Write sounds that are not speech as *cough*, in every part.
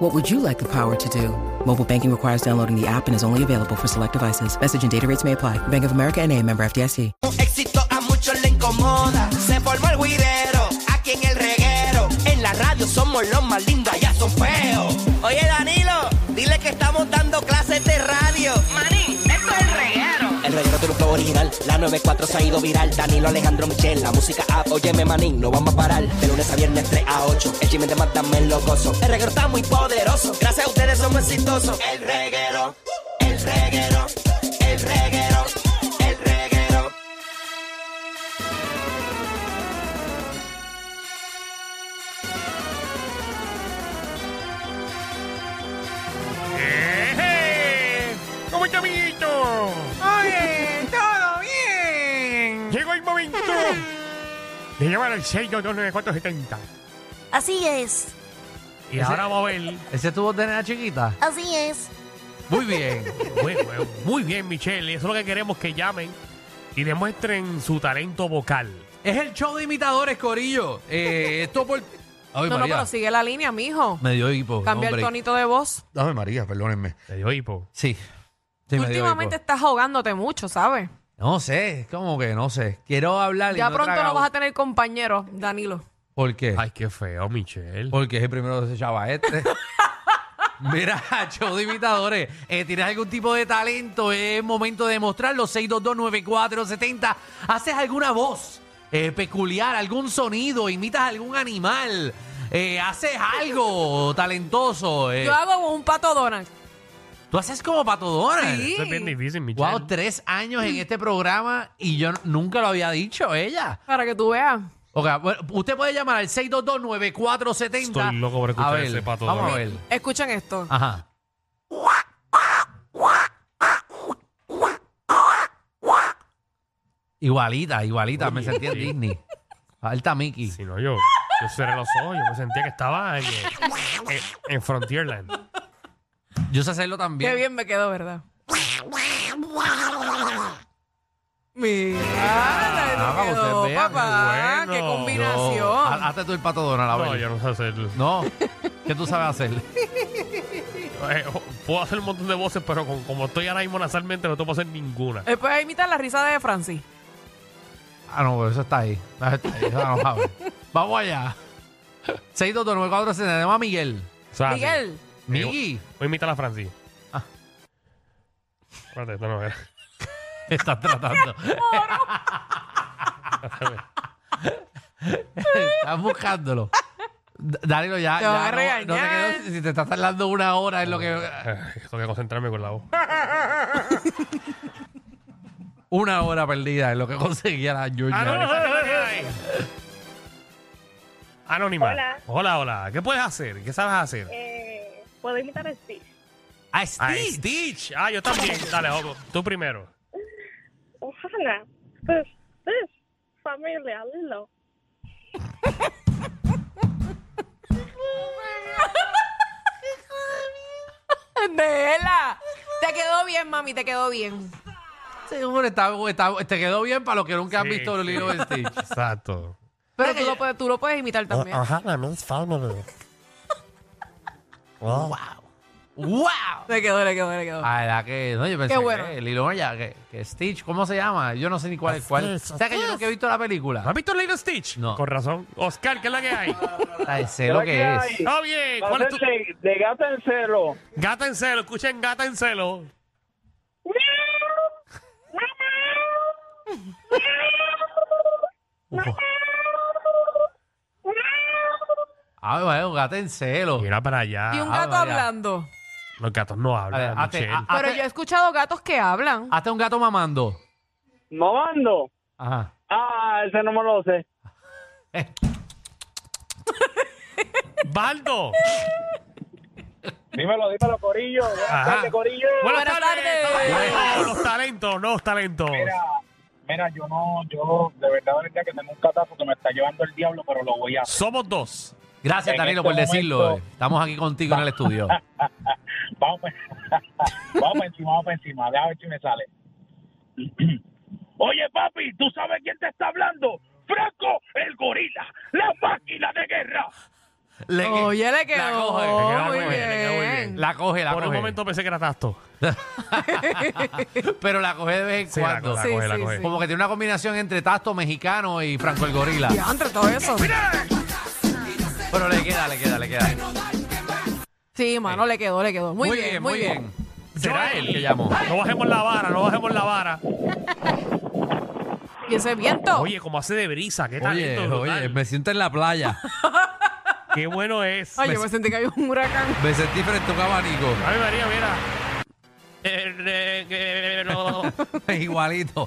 What would you like the power to do? Mobile banking requires downloading the app and is only available for select devices. Message and data rates may apply. Bank of America and a member FDIC. Un éxito a muchos le incomoda. Se formó el guidero, aquí en el reguero. En la radio somos los más lindos, allá son feos. Oye Danilo, dile que estamos dando clases de radio. Manín, esto es el reguero. El reguero tiene un flow original, la 94 se ha ido viral. Danilo Alejandro Michel, la música app. Óyeme Manín, no vamos a parar. De lunes a viernes 3 a 8, el chisme de Mátame lo gozo. El reguero está muy poderoso, gracias a ustedes somos exitosos. El reguero, el reguero, el reguero, el reguero. ¡Eh, ¡Eje! ¿Cómo está, amiguito? Oye, todo bien. Llegó el momento de llevar al 6229470. Así es, Y ahora vamos a ver. Ese es tu voz de nena chiquita. así es. Muy bien. Muy, muy- muy bien, Michelle. Eso es lo que queremos que llamen y demuestren su talento vocal. es el show de imitadores, Corillo. Eh, esto por. Ay, No, no, María. pero sigue la línea, mijo. Me dio hipo. Cambia el hombre. tonito de voz. Dame María, perdónenme. Te dio hipo. Sí. Sí, me dio Últimamente hipo. estás ahogándote mucho, ¿sabes? No sé, como que no sé. Quiero hablar. y Ya no he pronto no tragado. vas a tener compañero, Danilo. ¿Por qué? Ay, qué feo, Michelle. Porque es el primero de ese chava este. *laughs* Mira, show de imitadores. Eh, ¿Tienes algún tipo de talento? Es momento de mostrarlo. 6229470. ¿Haces alguna voz eh, peculiar? ¿Algún sonido? ¿Imitas algún animal? Eh, ¿Haces algo talentoso? Eh, Yo hago como un pato Donald. ¿Tú haces como Pato Donald? Sí. Mm. Eso es bien difícil, Michelle. Wow, tres años en este programa y yo n- nunca lo había dicho, ella. Para que tú veas. Ok, bueno, usted puede llamar al 6229470. Estoy loco por escuchar A ver, ese Pato Vamos a Donald. ver. Escuchen esto. Ajá. Igualita, igualita, me Oye, sentía en sí. Disney. Falta Mickey. Si no, yo, yo cerré los ojos. Yo me sentía que estaba en, en- en Frontierland. Yo sé hacerlo también. Qué bien me quedó, *laughs* ¿verdad? Mira, Ah, para te que quedó, ustedes vean, papá. qué bueno. Qué Yo- ah, combinación. Ha- Hazte tú el pato Donald, a No, ver. yo no sé hacerlo. No, ¿qué tú sabes hacer? Eh, puedo hacer un montón de voces, pero con- como estoy ahora mismo nasalmente, no te puedo hacer ninguna. Después imitar la risa de Francis. Ah, no, pero eso está ahí. Eso está ahí, eso no lo sabe. Vamos allá. 6229470, tenemos a Miguel. O sea, sí. Miguel. *laughs* Miguel. Voy a imitar a Francis. Ah. Espérate, esto no eh, era. Estás tratando. Estás buscándolo. D- Danilo, ya, Te van ya a no- regañar. no, te quedes- si te estás tardando una hora en lo que Eh, Tengo que concentrarme con *laughs* la voz. una hora perdida en lo que *laughs* conseguía la Ah, Georgia. Anónima. Hola. Hola, hola. ¿Qué puedes hacer? ¿Qué sabes hacer? Eh, puedo imitar a Stitch. A Ah, Stitch. Stitch. Ah, yo también. Dale, Jobo, tú primero. Ohana, pues, pues, familia, Lilo. Vela. Te quedó bien, mami, te quedó bien. Seguro está- está- te quedó bien para los que nunca han Sí, visto el sí. Lilo de Stitch. *laughs* Exacto. Pero tú lo, puedes, tú lo puedes Ah, imitar también. ¡Wow! Le quedó, le quedó, le quedó. Ah, era que. No, yo pensé Qué bueno. que eh, Lilo ya, que, que Stitch, ¿cómo se llama? Yo no sé ni cuál es cuál. O sea que yo nunca he visto la película. ¿Has visto Lilo Stitch? No. Con razón. Oscar, ¿qué es la que hay? Ay, sé lo que es. Ah, bien. ¿Cuál es tu... de, de gata en celo. Gata en celo. Escuchen, gata en celo. Ah, bueno, gata en celo. Mira para allá. Y un Ah, gato vaya. hablando. Los gatos no A ver, hablan, hazte- Michelle. a- a- Pero Hazte- yo he escuchado gatos que hablan. Hasta un gato mamando. Mamando. Ajá. Ah, ese no me lo sé. Baldo. Dímelo, dímelo, Corillo. Ajá. Dale, Corillo. Buenas, Buenas tardes. tardes. talentos, los talentos, los talentos. Mira, Mira, yo no, yo de verdad, de verdad que tengo un catazo que me está llevando el diablo, pero lo voy a hacer. Somos dos. Gracias, En Danilo, este por decirlo. momento- eh. Estamos aquí contigo en el *laughs* estudio. Vamos, pa- *laughs* vamos para encima, vamos para encima. Déjame ver si me sale. *clears throat* Oye, papi, ¿tú sabes quién te está hablando? Franco, el gorila, la máquina de guerra. Le- Oye, le quedó. La coge, le quedó muy muy bien, le quedó muy bien. bien. La coge, la Por un coge. momento pensé que era Tasto. *laughs* *laughs* Pero la coge de vez en Sí, la cuando. coge, la Sí, coge, la sí, coge. sí. Como que tiene una combinación entre Tasto mexicano y Franco el Gorila. Ya, entre todo eso. Pero le queda, le queda, le queda. Sí, mano, le quedó, le quedó. Muy, bien, muy bien. ¿Será Joel, él? que llamó. No bajemos la vara, no bajemos la vara. Y ese viento. Oye, como hace de brisa, qué talento. brutal. siento en la playa. Qué bueno es. Ay, yo me sentí que había *laughs* un huracán. Me sentí frente a un abanico. *laughs* Ay, María, mira. Eh, eh, eh, no. Igualito.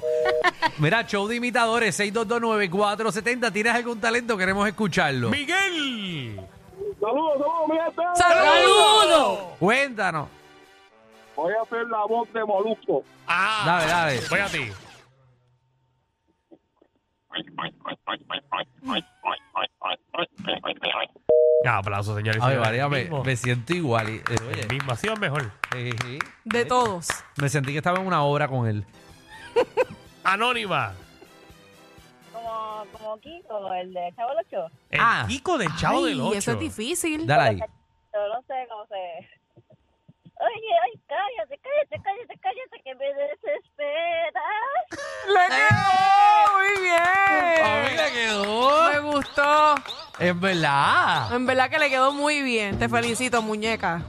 Mira, show de imitadores, 6229470. ¿Tienes algún talento? Queremos escucharlo. Miguel. Saludos, saludos, mi gente. ¡Saludos! Cuéntanos. Voy a hacer la voz de Molusco. Ah, Dale, dale. Voy a ti. Ya, aplauso, señores. y Ay, señores. María, me, Mismo. me siento igual. y- eh, oye, El mismo, así o mejor. eh, eh, De todos. me sentí que estaba en una obra con él. Anónima. como, como Kiko, el de Chavo del Ocho. El Ah. Kiko del Chavo Ay, del Ocho. eso es difícil. Dale ahí. Yo no sé cómo se... Oye, ay, cállate, cállate, cállate, cállate, que me desesperas. ¡Le quedó! ¡Oh, ¡Muy A mí bien! le quedó. Me gustó. Es verdad. En verdad que le quedó muy bien. Te felicito, muñeca.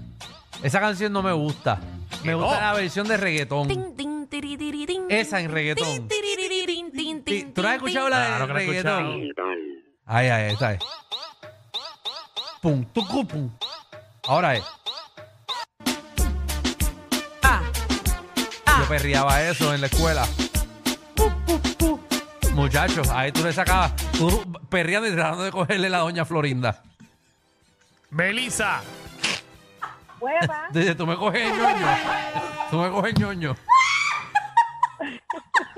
Esa canción no me gusta. Me ¿Qué gusta no? la versión de reggaetón. Tin, tin, tiriririn, tin, Esa en reggaetón. tin, tiriririn, tin, tin, ¿Tú no has tin, escuchado la de Claro que lo he reggaetón? escuchado. Ay, ay, esta es. Pum, tucu, pum. Ahora es. Ah, Yo perreaba eso en la escuela. Pu, pu, pu. Muchachos, ahí tú le sacabas. Tú perreando y tratando de cogerle la doña Florinda. Melissa. Hueva, Dice, tú me coges el ñoño. Tú me coges el ñoño.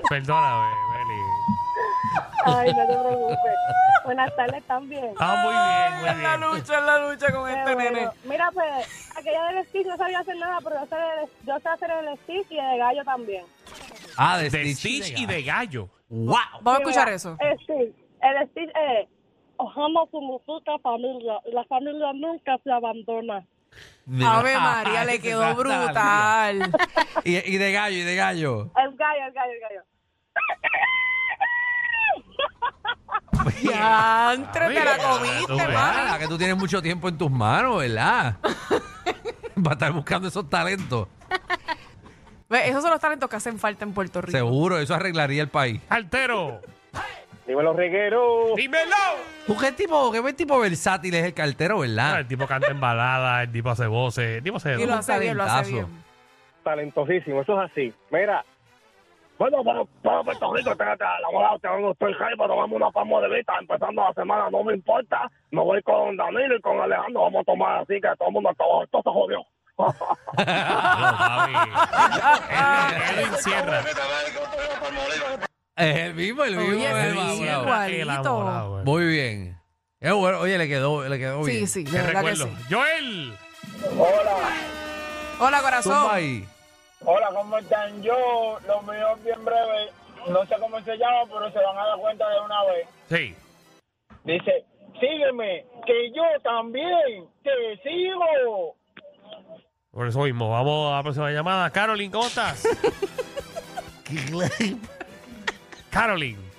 Perdóname, Meli. Ay, no te preocupes. Buenas tardes también. Ah, muy bien, en muy la bien. lucha, en la lucha con este Qué bueno. nene. Mira, pues, aquella del stick no sabía hacer nada, pero yo sé, de- yo sé hacer el stick y el gallo también. Ah, de, De Stitch y de Gallo. ¡Wow! Vamos a Mira, escuchar eso. Eh, El stick, el stick es... Ojamos como puta familia. La familia nunca se abandona. Ave *laughs* María, Ay, le se quedó sabe, brutal. Y, y de gallo, y de gallo. El gallo, el gallo, el gallo. *laughs* Ya, entre te la Mira, tú comiste, ves. mano. Ah, que tú tienes mucho tiempo en tus manos, *laughs* ¿verdad? Para estar buscando esos talentos. Ve, Esos son los talentos que hacen falta en Puerto Rico. Seguro, eso arreglaría el país. Altero. Dímelo, reguero. Dímelo. ¿Tú qué tipo, qué tipo versátil es el cartero, Ah, verdad? el tipo canta en balada, el tipo hace voces, el tipo hace de Y lo todo. hace bien, lo hace talentazo. bien. talentosísimo, eso es así. Mira, bueno, para, para Puerto Rico, te, te, la moda, te no estoy high, pero vamos una palmo de vista, empezando la semana, no me importa. Me voy con Danilo y con Alejandro, vamos a tomar así que todo el mundo acabó, esto se jodió. *laughs* Ah, papi. Edwin Sierra. Es el mismo, el mismo. Oye, el sí, mismo, sí, bravo. igual. igualito. Elaborado, güey. Muy bien. Eh, bueno, oye, le quedó, le quedó Sí, bien. sí, de Qué verdad que recuerdo. sí. Joel. Hola, Zumba *laughs* corazón. ahí. Hola, ¿cómo están? Yo, lo mío es bien breve, no sé cómo se llama, pero se van a dar cuenta de una vez. Sí. Dice, sígueme, que yo también te sigo. Por eso mismo, vamos a la próxima llamada. Carolyn, ¿cómo *laughs* estás? Carolyn. De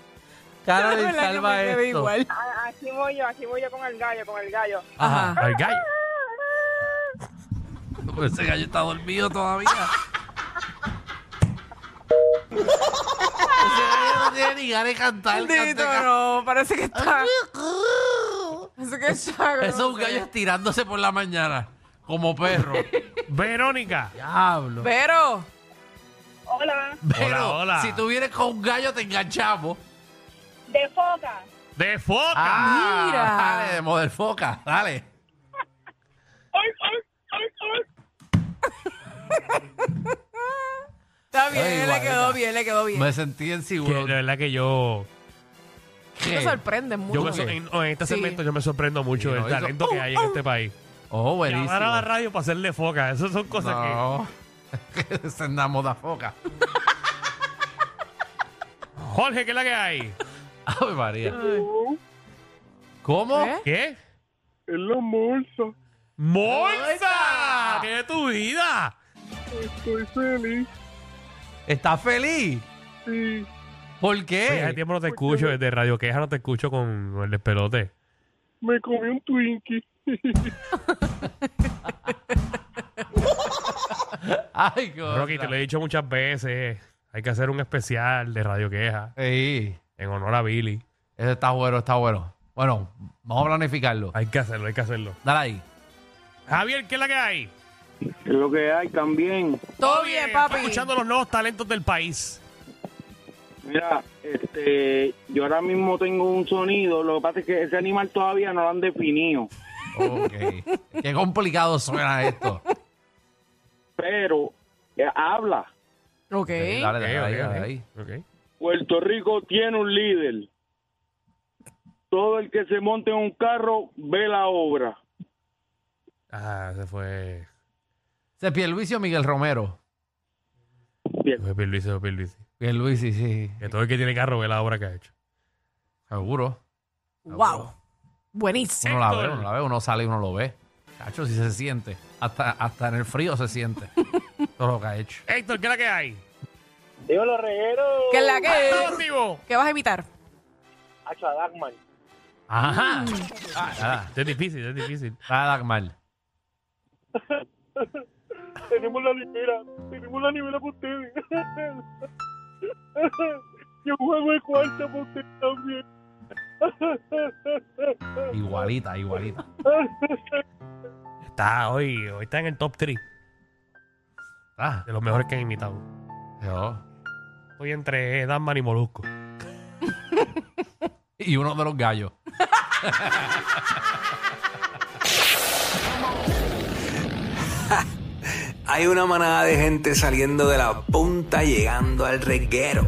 Carolyn, verdad que salva me quedé esto. igual. A- Aquí voy yo, aquí voy yo con el gallo, con el gallo. Ah. Ajá. Ay, gallo. Pero Ese gallo está dormido *laughs* todavía. Ese gallo no tiene ni ganas de cantar. Maldito, cante- no, parece que está. *laughs* Parece que está. Eso no es un sé. gallo estirándose por la mañana, como *laughs* perro. Verónica. Diablo. Pero, Hola, Pero, hola. Si tú vienes con un gallo, te enganchamos. de foca. De foca. Ah, Mira. Dale, de model foca, dale. Está bien, Ay, le quedó guarda. bien, le quedó bien. Me sentí en Que de verdad que yo. Me sorprende mucho. yo me so- en, en este Sí. segmento yo me sorprendo mucho Sí, del no, eso- talento que hay en este país. Oh, buenísimo. Llamar a la radio para hacerle foca. Esas son cosas que. no. *laughs* Se andamos de foca. Jorge, ¿qué es la que hay? Ave María. ¿Cómo? ¿Eh? ¿Qué? Es la bolsa. ¡Morza! ¿Qué de tu vida? Estoy feliz. ¿Estás feliz? Sí. ¿Por Oye, Hace qué? tiempo no te escucho desde Radio Queja, no te escucho con con el despelote. Me comí un Twinkie. Ay, cosa. Rocky, te lo he dicho muchas veces. Hay que hacer un especial de Radio Queja Sí. en honor a Billy. Eso está bueno, está bueno. Bueno, vamos a planificarlo. Hay que hacerlo, hay que hacerlo. Dale ahí. Javier, ¿qué es la que hay? Lo que hay también. Todo bien, Estamos papi. Escuchando los nuevos talentos del país. Mira, este, yo ahora mismo tengo un sonido. Lo que pasa es que ese animal todavía no lo han definido. Ok. Qué complicado suena esto. Pero eh, habla. Ok. Dale, dale, Ok, ahí, ok, dale ok. ahí. Ok. Puerto Rico tiene un líder. Todo el que se monte en un carro ve la obra. Ah, se fue. Se Pierluisi o Miguel Romero. Se fue Pierluisi, se fue Pierluisi. Pierluisi, sí. Que todo el que tiene carro ve la obra que ha hecho. Seguro. Wow. Buenísimo. Uno la ve, Héctor. uno la ve, uno sale y uno lo ve. Cacho, si se siente. Hasta, hasta en el frío *laughs* se siente. Todo lo que ha hecho. Héctor, ¿qué es la que hay? Yo lo reguero ¿Qué es la que ¡Todo activo! ¿Qué vas a imitar? a Chadagman. Ajá. Mm. Ah, nada, Esto es difícil, esto es difícil. nada mal. Tenemos la libera, tenemos la libera por ustedes. Yo juego de cuarta por ustedes también. Igualita, igualita. Está hoy, hoy está en el top 3 Ah, de los mejores que han imitado. yo. Estoy entre Danman y Molusco. Y uno de los gallos. Hay una manada de gente saliendo de la punta llegando al reguero.